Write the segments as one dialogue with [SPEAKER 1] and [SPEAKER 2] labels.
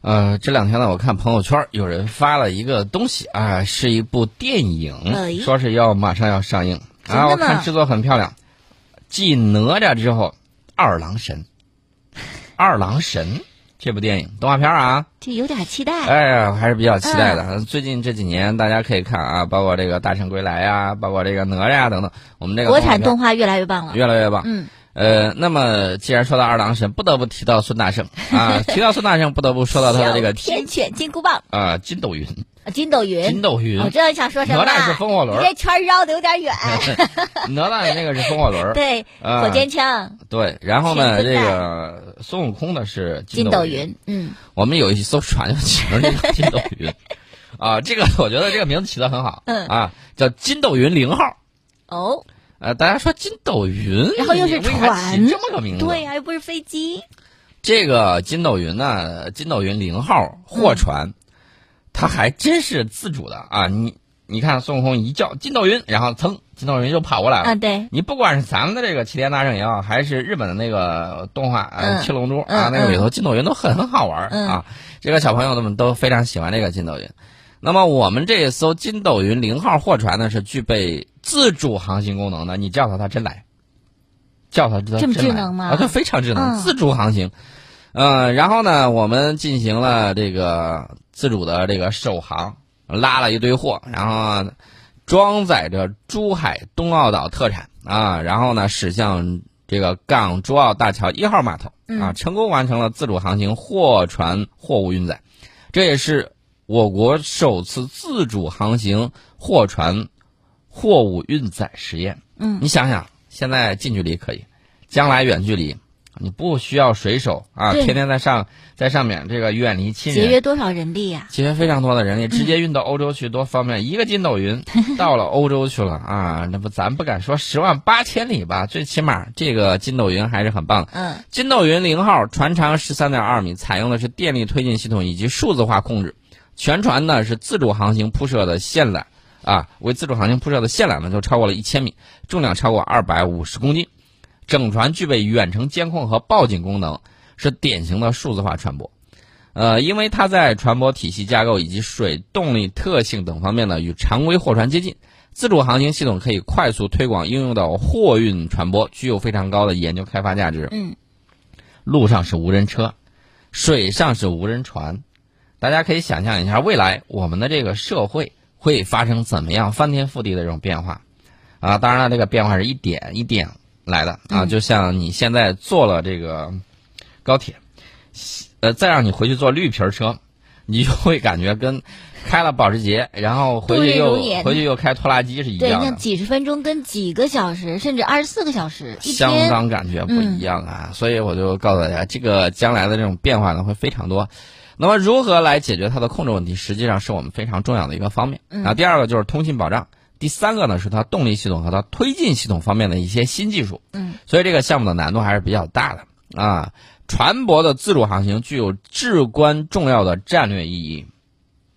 [SPEAKER 1] 呃，这两天呢，我看朋友圈有人发了一个东西啊，是一部电
[SPEAKER 2] 哎
[SPEAKER 1] 影，说是要马上要上映
[SPEAKER 2] 真的
[SPEAKER 1] 啊。我
[SPEAKER 2] 吗
[SPEAKER 1] 看制作很漂亮，继哪吒之后，二郎神，二郎神这部电影动画片啊，
[SPEAKER 2] 这有点期待。
[SPEAKER 1] 哎呀，我还是比较期待的。
[SPEAKER 2] 嗯
[SPEAKER 1] 最近这几年大家可以看啊，包括这个《大圣归来》啊，包括这个哪吒啊等等，我们这个
[SPEAKER 2] 国产
[SPEAKER 1] 动
[SPEAKER 2] 动画越来越棒
[SPEAKER 1] 画
[SPEAKER 2] 了
[SPEAKER 1] 片。越来越棒。
[SPEAKER 2] 嗯，
[SPEAKER 1] 呃，那么既然说到二郎神，不得不提到孙大圣啊。提到孙大圣，不得不说到他的这个
[SPEAKER 2] 小天犬金箍棒，
[SPEAKER 1] 啊、筋斗云，
[SPEAKER 2] 啊筋斗云。
[SPEAKER 1] 筋斗云，
[SPEAKER 2] 我知道你想说什么
[SPEAKER 1] 哪吒是
[SPEAKER 2] 了。
[SPEAKER 1] 风火
[SPEAKER 2] 你
[SPEAKER 1] 轮，
[SPEAKER 2] 这圈儿绕的有点远。
[SPEAKER 1] 哪吒 那个是风火轮，
[SPEAKER 2] 对，
[SPEAKER 1] 啊
[SPEAKER 2] 火箭枪、
[SPEAKER 1] 对。然后呢，
[SPEAKER 2] 乾坤
[SPEAKER 1] 这
[SPEAKER 2] 带
[SPEAKER 1] 个孙悟空呢是
[SPEAKER 2] 筋
[SPEAKER 1] 斗
[SPEAKER 2] 斗。云，嗯，
[SPEAKER 1] 我们有一艘船就起名叫筋斗 云，啊，这个我觉得这个名字起的很好，
[SPEAKER 2] 嗯
[SPEAKER 1] 啊，叫筋斗云零号。
[SPEAKER 2] 哦，
[SPEAKER 1] 呃，大家说筋斗云，
[SPEAKER 2] 然后又是
[SPEAKER 1] 你为啥起
[SPEAKER 2] 船
[SPEAKER 1] 这么个名字。
[SPEAKER 2] 对呀，又不是飞机。
[SPEAKER 1] 这个筋斗云呢，筋斗云零号
[SPEAKER 2] 嗯
[SPEAKER 1] 货船，它还真是自主的啊！你你看，孙悟空一叫筋斗云，然后噌，筋斗云就跑过来了。
[SPEAKER 2] 啊，对，
[SPEAKER 1] 你不管是咱们的这个齐天大圣也好，还是日本的那个动画《呃
[SPEAKER 2] 嗯
[SPEAKER 1] 七龙珠》啊，
[SPEAKER 2] 嗯
[SPEAKER 1] 那个里头筋斗云都很很好玩儿
[SPEAKER 2] 嗯
[SPEAKER 1] 啊。这个小朋友们都非常喜欢这个筋斗云。那么我们这艘筋斗云零号货船呢，是具备自主航行功能的。你叫它，它真来；叫它，它真来
[SPEAKER 2] 这么智能吗
[SPEAKER 1] 啊，它非常智能，
[SPEAKER 2] 嗯
[SPEAKER 1] 自主航行。呃，然后呢，我们进行了这个自主的这个首航，拉了一堆货，然后装载着珠海东澳岛特产啊，然后呢驶向这个港珠澳大桥一号码头啊，
[SPEAKER 2] 嗯
[SPEAKER 1] 成功完成了自主航行货船货物运载，这也是我国首次自主航行货船货物运载实验。
[SPEAKER 2] 嗯，
[SPEAKER 1] 你想想，现在近距离可以，将来远距离，你不需要水手啊，
[SPEAKER 2] 对
[SPEAKER 1] 天天在上在上面这个远离亲
[SPEAKER 2] 节
[SPEAKER 1] 人，
[SPEAKER 2] 约多少人力呀？
[SPEAKER 1] 节约非常多的人力，直接运到欧洲去多方便。一个筋斗云到了欧洲去了啊，那不咱不敢说十万八千里吧，最起码这个筋斗云还是很棒的。
[SPEAKER 2] 嗯，
[SPEAKER 1] 筋斗云零号船长十三点二米，采用的是电力推进系统以及数字化控制。全船呢是自主航行铺设的线缆，啊，为自主航行铺设的线缆呢就超过了一千米，重量超过二百五十公斤。整船具备远程监控和报警功能，是典型的数字化船舶。呃，因为它在船舶体系架构以及水动力特性等方面呢，与常规货船接近。自主航行系统可以快速推广应用到货运船舶，具有非常高的研究开发价值。
[SPEAKER 2] 嗯，
[SPEAKER 1] 陆上是无人车，水上是无人船。大家可以想象一下，未来我们的这个社会会发生怎么样翻天覆地的这种变化啊！当然了，这个变化是一点一点来的啊，
[SPEAKER 2] 嗯
[SPEAKER 1] 就像你现在坐了这个高铁，呃，再让你回去坐绿皮儿车，你就会感觉跟开了保时捷，然后回
[SPEAKER 2] 度
[SPEAKER 1] 去
[SPEAKER 2] 日
[SPEAKER 1] 又
[SPEAKER 2] 如年
[SPEAKER 1] 回去又开拖拉机是一
[SPEAKER 2] 对，
[SPEAKER 1] 样
[SPEAKER 2] 那
[SPEAKER 1] 的。
[SPEAKER 2] 几十分钟跟几个小时，甚至二十四个小时，一
[SPEAKER 1] 相
[SPEAKER 2] 天。嗯
[SPEAKER 1] 当感觉不一样啊。所以我就告诉大家，这个将来的这种变化呢会非常多。那么如何来解决它的控制问题，实际上是我们非常重要的一个方面。
[SPEAKER 2] 嗯
[SPEAKER 1] 啊，第二个就是通信保障，第三个呢是它动力系统和它推进系统方面的一些新技术。
[SPEAKER 2] 嗯，
[SPEAKER 1] 所以这个项目的难度还是比较大的啊。船舶的自主航行具有至关重要的战略意义。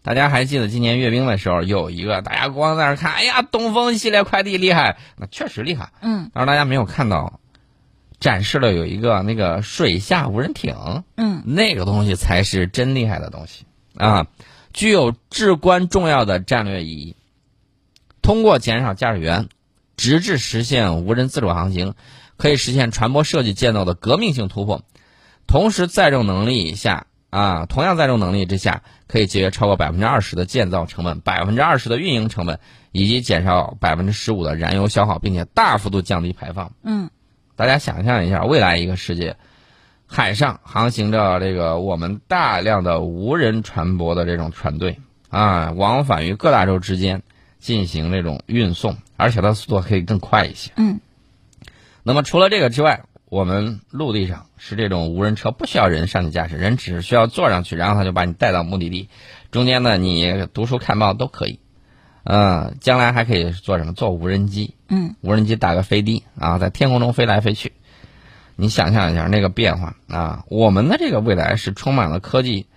[SPEAKER 1] 大家还记得今年阅兵的时候有一个，大家光在那儿看，哎呀，东风系列快递厉害，那确实厉害。
[SPEAKER 2] 嗯
[SPEAKER 1] 但是大家没有看到，展示了有一个那个水下无人艇，
[SPEAKER 2] 嗯
[SPEAKER 1] 那个东西才是真厉害的东西啊，具有至关重要的战略意义。通过减少驾驶员，直至实现无人自主航行，可以实现船舶设计建造的革命性突破。同时，载重能力下啊，同样载重能力之下，可以节约超过百分之二十的建造成本、百分之二十的运营成本，以及减少百分之十五的燃油消耗，并且大幅度降低排放。
[SPEAKER 2] 嗯，
[SPEAKER 1] 大家想象一下，未来一个世界，海上航行着这个我们大量的无人船舶的这种船队啊，往返于各大洲之间进行这种运送，而且它速度可以更快一些。
[SPEAKER 2] 嗯。
[SPEAKER 1] 那么除了这个之外，我们陆地上是这种无人车，不需要人上去驾驶，人只需要坐上去，然后他就把你带到目的地，中间呢你读书看报都可以。嗯，将来还可以做什么？做无人机。
[SPEAKER 2] 嗯，
[SPEAKER 1] 无人机打个飞的啊，在天空中飞来飞去。你想象一下那个变化啊！我们的这个未来是充满了科技，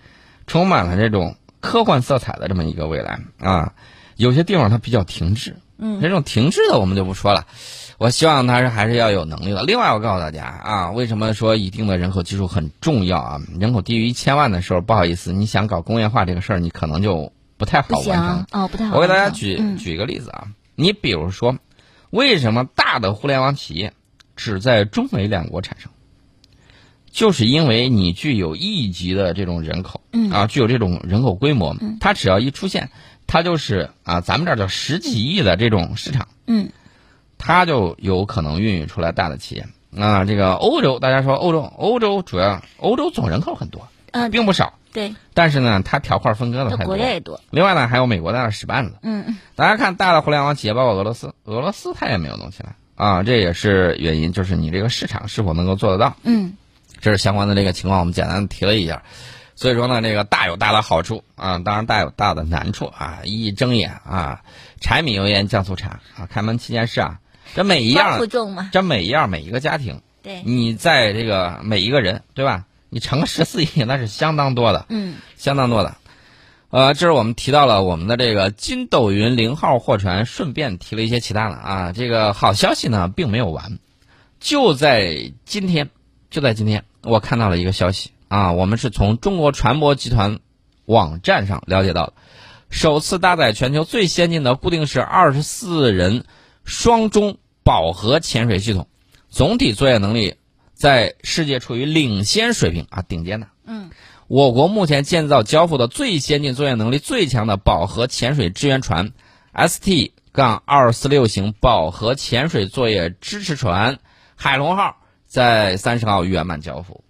[SPEAKER 1] 充满了这种科幻色彩的这么一个未来啊。有些地方它比较停滞，
[SPEAKER 2] 嗯，
[SPEAKER 1] 这种停滞的我们就不说了。我希望它是还是要有能力的。另外，我告诉大家啊，为什么说一定的人口基数很重要啊？人口低于一千万的时候，不好意思，你想搞工业化这个事儿，你可能就不太
[SPEAKER 2] 不
[SPEAKER 1] 好完
[SPEAKER 2] 行
[SPEAKER 1] 成。
[SPEAKER 2] 哦，不太好。
[SPEAKER 1] 我给大家举、
[SPEAKER 2] 嗯
[SPEAKER 1] 举一个例子啊，你比如说，为什么大的互联网企业只在中美两国产生？就是因为你具有亿级的这种人口，
[SPEAKER 2] 嗯
[SPEAKER 1] 啊，具有这种人口规模，它只要一出现，它就是啊，咱们这儿叫十几亿的这种市场，
[SPEAKER 2] 嗯
[SPEAKER 1] 它就有可能孕育出来大的企业。啊，这个欧洲，大家说欧洲，欧洲主要欧洲总人口很多，
[SPEAKER 2] 嗯，
[SPEAKER 1] 并不少，
[SPEAKER 2] 对，
[SPEAKER 1] 但是呢，它条块分割的
[SPEAKER 2] 它
[SPEAKER 1] 太
[SPEAKER 2] 国
[SPEAKER 1] 多。
[SPEAKER 2] 家也多，
[SPEAKER 1] 另外呢，还有美国在那儿使绊子。
[SPEAKER 2] 嗯
[SPEAKER 1] 大家看大的互联网企业，包括俄罗斯，俄罗斯它也没有弄起来啊，这也是原因，就是你这个市场是否能够做得到，
[SPEAKER 2] 嗯
[SPEAKER 1] 这是相关的这个情况，我们简单的提了一下。所以说呢，这个大有大的好处啊，当然大有大的难处啊。一睁眼啊，柴米油盐酱醋茶啊，开门七件事啊，这每一
[SPEAKER 2] 嗯，包
[SPEAKER 1] 样
[SPEAKER 2] 袱，重嘛，
[SPEAKER 1] 这每一样每一个家庭，
[SPEAKER 2] 对，
[SPEAKER 1] 你在这个每一个人，对吧？你乘个十四亿，那是相当多的。
[SPEAKER 2] 嗯
[SPEAKER 1] 相当多的。呃，这是我们提到了我们的这个金斗云零号货船，顺便提了一些其他的啊。这个好消息呢，并没有完，就在今天，就在今天，我看到了一个消息啊，我们是从中国船舶集团网站上了解到的，首次搭载全球最先进的固定式二十四人双中饱和潜水系统，总体作业能力在世界处于领先水平啊，顶尖的。
[SPEAKER 2] 嗯
[SPEAKER 1] 我国目前建造交付的最先进、作业能力最强的饱和潜水支援船 ST 杠二四六型饱和潜水作业支持船海龙号在三十号圆满交付，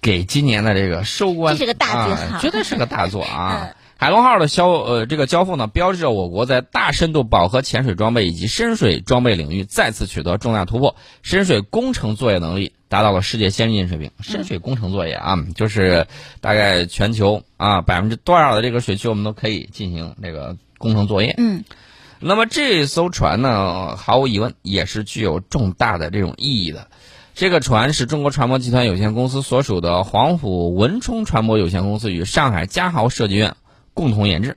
[SPEAKER 1] 给今年的这个收官，
[SPEAKER 2] 这是个大字
[SPEAKER 1] 啊
[SPEAKER 2] 号
[SPEAKER 1] 绝对是个大作啊！
[SPEAKER 2] 嗯
[SPEAKER 1] 海龙号的销呃这个交付呢，标志着我国在大深度饱和潜水装备以及深水装备领域再次取得重大突破，深水工程作业能力达到了世界先进水平。深水工程作业啊，就是大概全球啊百分之多少的这个水区，我们都可以进行这个工程作业。
[SPEAKER 2] 嗯
[SPEAKER 1] 那么这艘船呢，毫无疑问也是具有重大的这种意义的。这个船是中国船舶集团有限公司所属的黄埔文冲船舶有限公司与上海嘉豪设计院共同研制。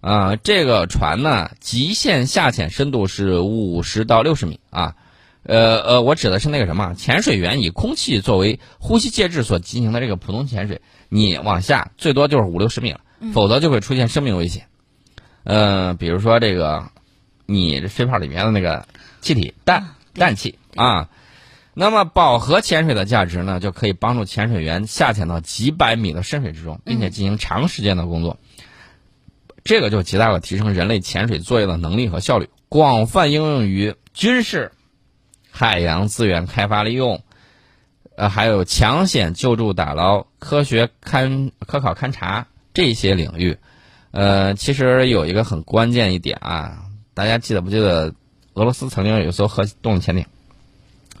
[SPEAKER 1] 啊、这个船呢，极限下潜深度是五十到六十米啊。呃呃，我指的是那个什么，潜水员以空气作为呼吸介质所进行的这个普通潜水，你往下最多就是五六十米了，否则就会出现生命危险。呃，比如说这个你这水泡里面的那个气体氮
[SPEAKER 2] 嗯对
[SPEAKER 1] 氮气
[SPEAKER 2] 对
[SPEAKER 1] 啊。那么饱和潜水的价值呢，就可以帮助潜水员下潜到几百米的深水之中，并且进行长时间的工作。这个就极大的提升人类潜水作业的能力和效率，广泛应用于军事、海洋资源开发利用，呃，还有抢险救助、打捞、科学勘科考勘察这些领域。呃，其实有一个很关键一点啊，大家记得不记得，俄罗斯曾经有一艘核动力潜艇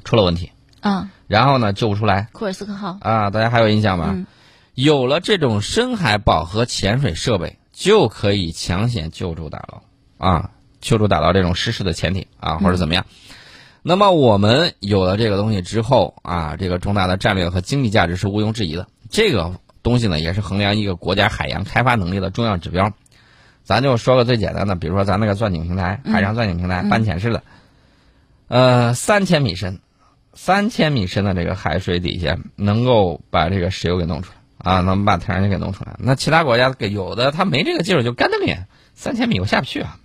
[SPEAKER 1] 出了问题，
[SPEAKER 2] 啊，
[SPEAKER 1] 然后呢救不出来
[SPEAKER 2] 库尔斯克号，
[SPEAKER 1] 啊，大家还有印象吧？
[SPEAKER 2] 嗯
[SPEAKER 1] 有了这种深海饱和潜水设备，就可以抢险救助打捞啊，救助打捞这种失事的潜艇啊，或者怎么样。那么我们有了这个东西之后啊，这个重大的战略和经济价值是毋庸置疑的。这个东西呢，也是衡量一个国家海洋开发能力的重要指标。咱就说个最简单的，比如说咱那个钻井平台，海上钻井平台，半潜式的，呃，三千米深，三千米深的这个海水底下，能够把这个石油给弄出来啊，能把天然气给弄出来。那其他国家给有的他没这个技术，就干瞪眼，三千米我下不去啊，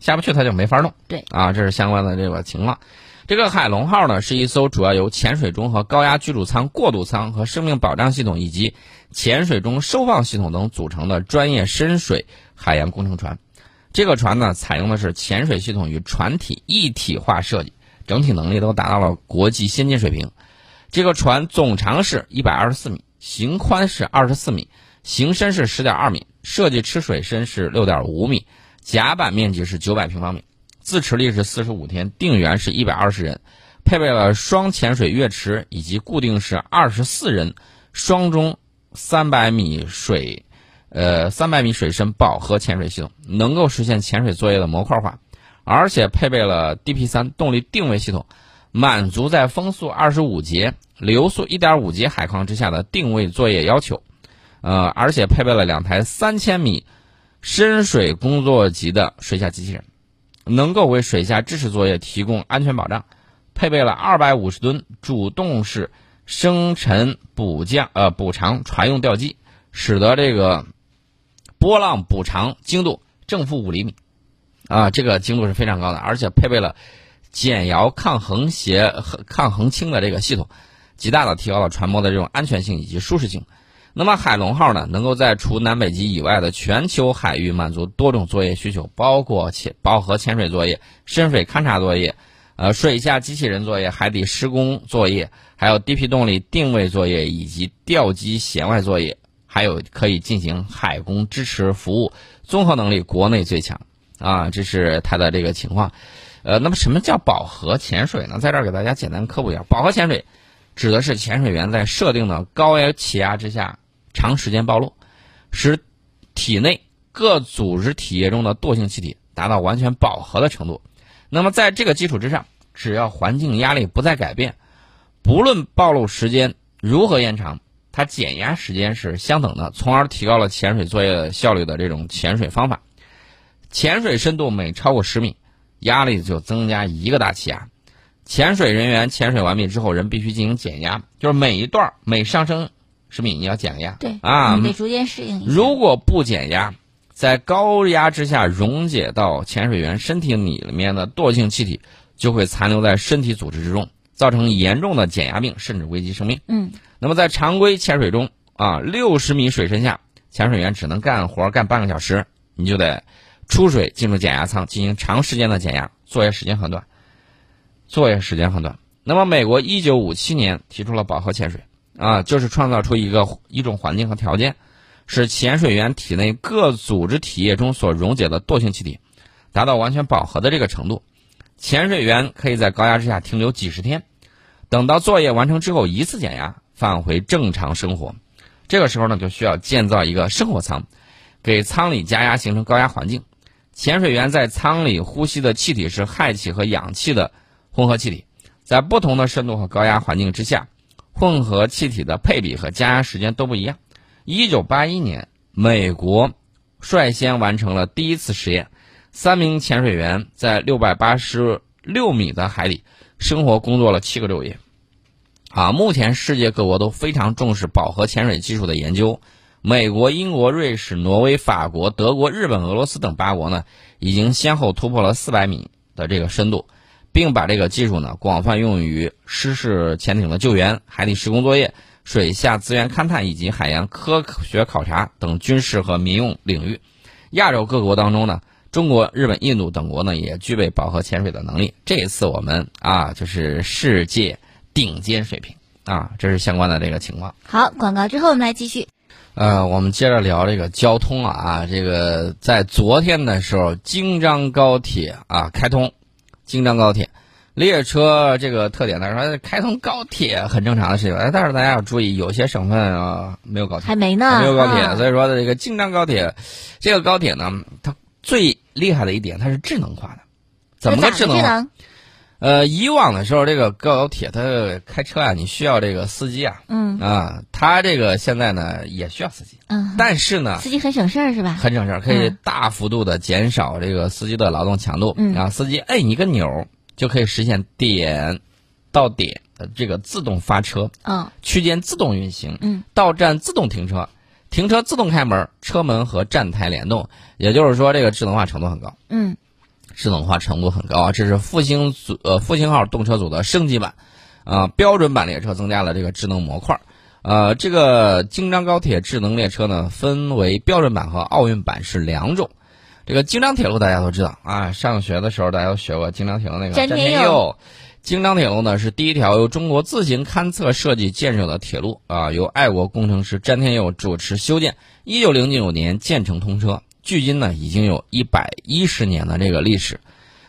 [SPEAKER 1] 下不去他就没法弄。
[SPEAKER 2] 对
[SPEAKER 1] 啊，这是相关的这个情况。这个海龙号呢，是一艘主要由潜水钟和高压居住舱、过渡舱和生命保障系统以及潜水钟收放系统等组成的专业深水海洋工程船。这个船呢，采用的是潜水系统与船体一体化设计，整体能力都达到了国际先进水平。这个船总长是一百二十四米，型宽是二十四米，型深是十点二米，设计吃水深是六点五米，甲板面积是九百平方米，自持力是四十五天，定员是一百二十人，配备了双潜水跃池以及固定式二十四人双中三百米水呃三百米水深饱和潜水系统，能够实现潜水作业的模块化，而且配备了 DP 三动力定位系统，满足在风速二十五节、流速一点五节海况之下的定位作业要求。呃，而且配备了两台三千米深水工作级的水下机器人，能够为水下支持作业提供安全保障，配备了二百五十吨主动式升沉补降呃补偿船用吊机，使得这个波浪补偿精度正负五厘米，啊，这个精度是非常高的，而且配备了减摇抗横斜抗横倾的这个系统，极大的提高了船舶的这种安全性以及舒适性。那么海龙号呢，能够在除南北极以外的全球海域满足多种作业需求，包括潜饱和潜水作业、深水勘察作业、呃水下机器人作业、海底施工作业，还有低频动力定位作业以及吊机舷外作业，还有可以进行海工支持服务，综合能力国内最强啊，这是它的这个情况。呃，那么什么叫饱和潜水呢？在这儿给大家简单科普一下，饱和潜水指的是潜水员在设定的高气压之下长时间暴露，使体内各组织体液中的惰性气体达到完全饱和的程度。那么在这个基础之上，只要环境压力不再改变，不论暴露时间如何延长，它减压时间是相等的，从而提高了潜水作业效率的这种潜水方法。潜水深度每超过十米，压力就增加一个大气压。潜水人员潜水完毕之后，人必须进行减压，就是每一段儿每上升十米你要减个压。
[SPEAKER 2] 对
[SPEAKER 1] 啊，
[SPEAKER 2] 你得逐渐适应一下。
[SPEAKER 1] 如果不减压，在高压之下溶解到潜水员身体里面的惰性气体，就会残留在身体组织之中，造成严重的减压病，甚至危及生命。
[SPEAKER 2] 嗯，
[SPEAKER 1] 那么在常规潜水中啊，六十米水深下，潜水员只能干活干半个小时，你就得出水进入减压舱进行长时间的减压，作业时间很短，作业时间很短。那么美国一九五七年提出了饱和潜水啊，就是创造出一个一种环境和条件，使潜水员体内各组织体液中所溶解的惰性气体达到完全饱和的这个程度。潜水员可以在高压之下停留几十天，等到作业完成之后一次减压，返回正常生活。这个时候呢，就需要建造一个生活舱，给舱里加压，形成高压环境。潜水员在舱里呼吸的气体是氦气和氧气的混合气体，在不同的深度和高压环境之下，混合气体的配比和加压时间都不一样。一九八一年，美国率先完成了第一次实验，三名潜水员在六百八十六米的海底生活工作了七个昼夜。啊，目前世界各国都非常重视饱和潜水技术的研究。美国、英国、瑞士、挪威、法国、德国、日本、俄罗斯等八国呢，已经先后突破了四百米的这个深度，并把这个技术呢广泛用于失事潜艇的救援、海底施工作业、水下资源勘探以及海洋科学考察等军事和民用领域。亚洲各国当中呢，中国、日本、印度等国呢也具备饱和潜水的能力。这一次我们啊，就是世界顶尖水平啊，这是相关的这个情况。
[SPEAKER 2] 好，广告之后我们来继续。
[SPEAKER 1] 呃，我们接着聊这个交通啊，这个在昨天的时候，京张高铁啊开通，京张高铁列车这个特点呢，说开通高铁很正常的事情，哎，但是大家要注意，有些省份啊没有高铁。
[SPEAKER 2] 还没呢，
[SPEAKER 1] 没有高铁，
[SPEAKER 2] 啊
[SPEAKER 1] 所以说这个京张高铁，这个高铁呢，它最厉害的一点，它是智能化的。怎么
[SPEAKER 2] 那
[SPEAKER 1] 个
[SPEAKER 2] 咋
[SPEAKER 1] 智能啊
[SPEAKER 2] 智
[SPEAKER 1] 化？
[SPEAKER 2] 能？
[SPEAKER 1] 呃，以往的时候，这个高铁它开车啊，你需要这个司机啊，
[SPEAKER 2] 嗯
[SPEAKER 1] 啊，它这个现在呢也需要司机，
[SPEAKER 2] 嗯，
[SPEAKER 1] 但是呢，
[SPEAKER 2] 司机很省事儿是吧？
[SPEAKER 1] 很省事儿，可以
[SPEAKER 2] 嗯
[SPEAKER 1] 大幅度的减少这个司机的劳动强度。
[SPEAKER 2] 嗯
[SPEAKER 1] 啊，司机摁一个钮儿就可以实现点到点的这个自动发车，
[SPEAKER 2] 嗯
[SPEAKER 1] 区间自动运行，
[SPEAKER 2] 嗯，
[SPEAKER 1] 到站自动停车，停车自动开门，车门和站台联动。也就是说，这个智能化程度很高，
[SPEAKER 2] 嗯，
[SPEAKER 1] 智能化程度很高啊！这是复兴组呃复兴号动车组的升级版，啊、标准版列车增加了这个智能模块。呃，这个京张高铁智能列车呢，分为标准版和奥运版是两种。这个京张铁路大家都知道啊，上学的时候大家都学过京张铁路那个
[SPEAKER 2] 詹
[SPEAKER 1] 詹
[SPEAKER 2] 天
[SPEAKER 1] 天佑。京张铁路呢是第一条由中国自行勘测设计建设的铁路啊，由爱国工程师詹天佑主持修建，一九零九年建成通车，距今呢已经有一百一十年的这个历史。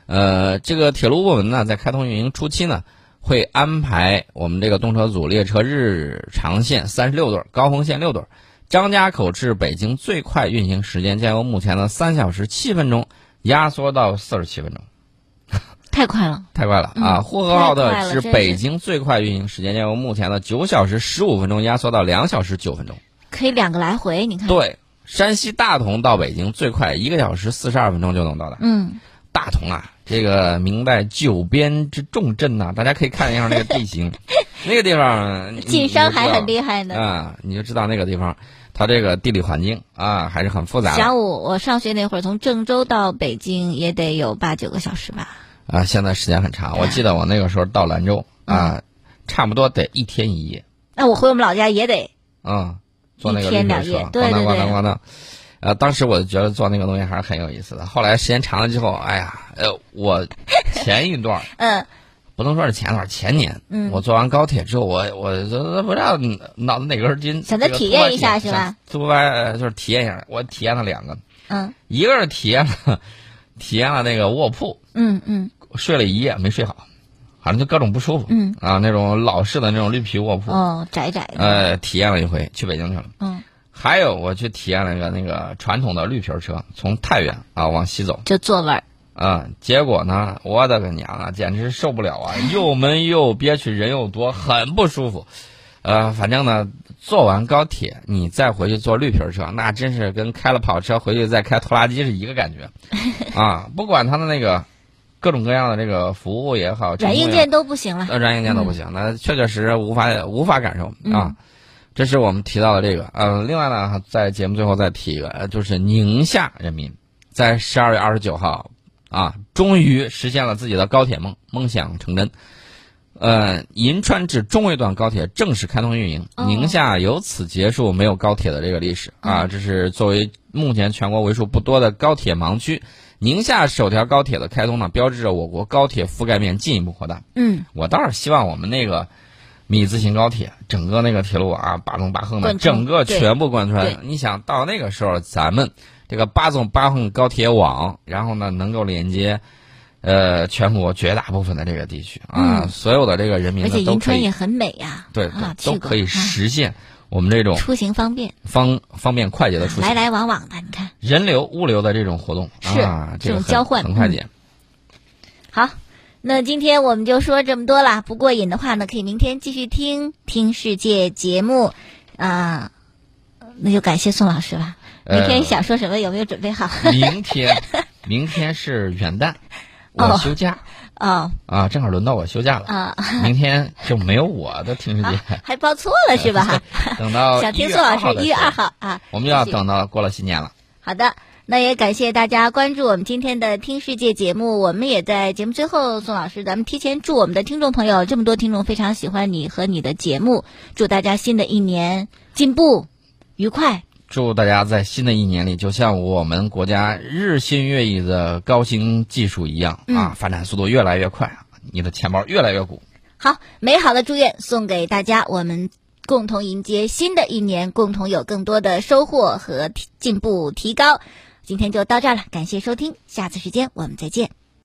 [SPEAKER 1] 呃，这个铁路部门呢在开通运营初期呢，会安排我们这个动车组列车日长线三十六对儿，高峰线六对儿。张家口至北京最快运行时间将由目前的三小时七分钟压缩到四十七分钟，
[SPEAKER 2] 太快了，
[SPEAKER 1] 太快了啊！
[SPEAKER 2] 嗯
[SPEAKER 1] 呼和浩
[SPEAKER 2] 太
[SPEAKER 1] 特
[SPEAKER 2] 快了
[SPEAKER 1] 至
[SPEAKER 2] 真是
[SPEAKER 1] 北京最快运行时间将由目前的九小时十五分钟压缩到两小时九分钟。
[SPEAKER 2] 可以两个来回，你看。
[SPEAKER 1] 对，山西大同到北京最快一个小时四十二分钟就能到达。
[SPEAKER 2] 嗯，
[SPEAKER 1] 大同啊，这个明代九边之重镇呐、大家可以看一下那个地 形，那个地方
[SPEAKER 2] 进山还很
[SPEAKER 1] 害
[SPEAKER 2] 厉害呢。
[SPEAKER 1] 啊，你就知道那个地方它这个地理环境啊还是很复杂的
[SPEAKER 2] 晌午我上学那会儿，从郑州到北京也得有八九个小时吧。
[SPEAKER 1] 啊。现在时间很长，我记得我那个时候到兰州
[SPEAKER 2] 嗯
[SPEAKER 1] 啊，差不多得一天一夜
[SPEAKER 2] 那我回我们老家也得
[SPEAKER 1] 啊，坐那个
[SPEAKER 2] 一天
[SPEAKER 1] 绿皮
[SPEAKER 2] 两
[SPEAKER 1] 车
[SPEAKER 2] 夜，对
[SPEAKER 1] 咣当
[SPEAKER 2] 对
[SPEAKER 1] 咣
[SPEAKER 2] 对
[SPEAKER 1] 当咣当。呃，当时我就觉得做那个东西还是很有意思的。后来时间长了之后，哎呀，呃，我前一段儿
[SPEAKER 2] 嗯
[SPEAKER 1] 不能说是前段儿，前年，
[SPEAKER 2] 嗯
[SPEAKER 1] 我坐完高铁之后，我我这不知道脑子哪根筋，
[SPEAKER 2] 想再
[SPEAKER 1] 这个
[SPEAKER 2] 体验一下
[SPEAKER 1] 突然
[SPEAKER 2] 是吧？
[SPEAKER 1] 想突然就是体验一下，我体验了两个，
[SPEAKER 2] 嗯
[SPEAKER 1] 一个是体验了体验了那个卧铺，
[SPEAKER 2] 嗯嗯
[SPEAKER 1] 睡了一夜没睡好，反正就各种不舒服，
[SPEAKER 2] 嗯，
[SPEAKER 1] 啊，那种老式的那种绿皮卧铺，
[SPEAKER 2] 哦，窄窄的，
[SPEAKER 1] 呃，体验了一回，去北京去了。
[SPEAKER 2] 嗯，
[SPEAKER 1] 还有我去体验了一个那个传统的绿皮车，从太原啊往西走，
[SPEAKER 2] 就座位儿，
[SPEAKER 1] 啊，结果呢，我的个娘啊，简直受不了啊！ 又闷又憋屈，人又多，很不舒服。呃，反正呢，坐完高铁你再回去坐绿皮车，那真是跟开了跑车回去再开拖拉机是一个感 觉啊！不管他的那个各种各样的这个服务也好，
[SPEAKER 2] 软
[SPEAKER 1] 程
[SPEAKER 2] 硬
[SPEAKER 1] 度也好
[SPEAKER 2] 件都不行了。嗯
[SPEAKER 1] 呃，软硬件都不行，那确确实实无法无法感受啊。这是我们提到的这个，呃，另外呢，在节目最后再提一个，呃就是宁夏人民在十二月二十九号啊，终于实现了自己的高铁梦，梦想成真。呃，银川至中卫段高铁正式开通运营，
[SPEAKER 2] 哦
[SPEAKER 1] 宁夏由此结束没有高铁的这个历史
[SPEAKER 2] 嗯
[SPEAKER 1] 啊，这是作为目前全国为数不多的高铁盲区，宁夏首条高铁的开通呢，标志着我国高铁覆盖面进一步扩大。
[SPEAKER 2] 嗯，
[SPEAKER 1] 我倒是希望我们那个米字形高铁，整个那个铁路啊，八纵八横的，
[SPEAKER 2] 贯穿
[SPEAKER 1] 整个全部贯
[SPEAKER 2] 对
[SPEAKER 1] 穿。你想到那个时候，咱们这个八纵八横高铁网，然后呢，能够连接。呃，全国绝大部分的这个地区啊，
[SPEAKER 2] 嗯
[SPEAKER 1] 所有的这个人民
[SPEAKER 2] 而且
[SPEAKER 1] 呢都
[SPEAKER 2] 银
[SPEAKER 1] 可
[SPEAKER 2] 川
[SPEAKER 1] 以
[SPEAKER 2] 也很美呀，
[SPEAKER 1] 对对
[SPEAKER 2] 啊，去
[SPEAKER 1] 都
[SPEAKER 2] 过
[SPEAKER 1] 可以
[SPEAKER 2] 啊
[SPEAKER 1] 实现我们这种
[SPEAKER 2] 出行方便，
[SPEAKER 1] 方方便快捷的出
[SPEAKER 2] 来
[SPEAKER 1] 行，
[SPEAKER 2] 来往往的，你看。
[SPEAKER 1] 人流物流的这种活动
[SPEAKER 2] 是
[SPEAKER 1] 啊，
[SPEAKER 2] 这
[SPEAKER 1] 这个
[SPEAKER 2] 种
[SPEAKER 1] 很
[SPEAKER 2] 交换
[SPEAKER 1] 很快捷。
[SPEAKER 2] 好，那今天我们就说这么多啦。不过瘾的话呢，可以明天继续听听世界节目，啊、那就感谢宋老师吧。
[SPEAKER 1] 呃
[SPEAKER 2] 嗯明天想说什么有没有准备好？
[SPEAKER 1] 明天，明天是元旦，
[SPEAKER 2] 哦
[SPEAKER 1] 我休假、
[SPEAKER 2] 哦
[SPEAKER 1] 啊，正好轮到我休假了。
[SPEAKER 2] 啊，
[SPEAKER 1] 明天就没有我的听世界，
[SPEAKER 2] 还报错了 是吧？
[SPEAKER 1] 等到
[SPEAKER 2] 想听
[SPEAKER 1] 1
[SPEAKER 2] 宋老师
[SPEAKER 1] 的
[SPEAKER 2] 一
[SPEAKER 1] 时
[SPEAKER 2] 月
[SPEAKER 1] 候
[SPEAKER 2] 二，号啊。
[SPEAKER 1] 我们就要等到过了新年了。
[SPEAKER 2] 好的，那也感谢大家关注我们今天的《听世界》节目。我们也在节目最后，宋老师，咱们提前祝我们的听众朋友，这么多听众非常喜欢你和你的节目，祝大家新的一年进步、愉快。
[SPEAKER 1] 祝大家在新的一年里，就像我们国家日新月异的高新技术一样、
[SPEAKER 2] 嗯
[SPEAKER 1] 啊，发展速度越来越快，啊你的钱包越来越鼓。
[SPEAKER 2] 好，美好的祝愿送给大家，我们共同迎接新的一年，共同有更多的收获和提进步提高。今天就到这儿了，感谢收听，下次时间我们再见，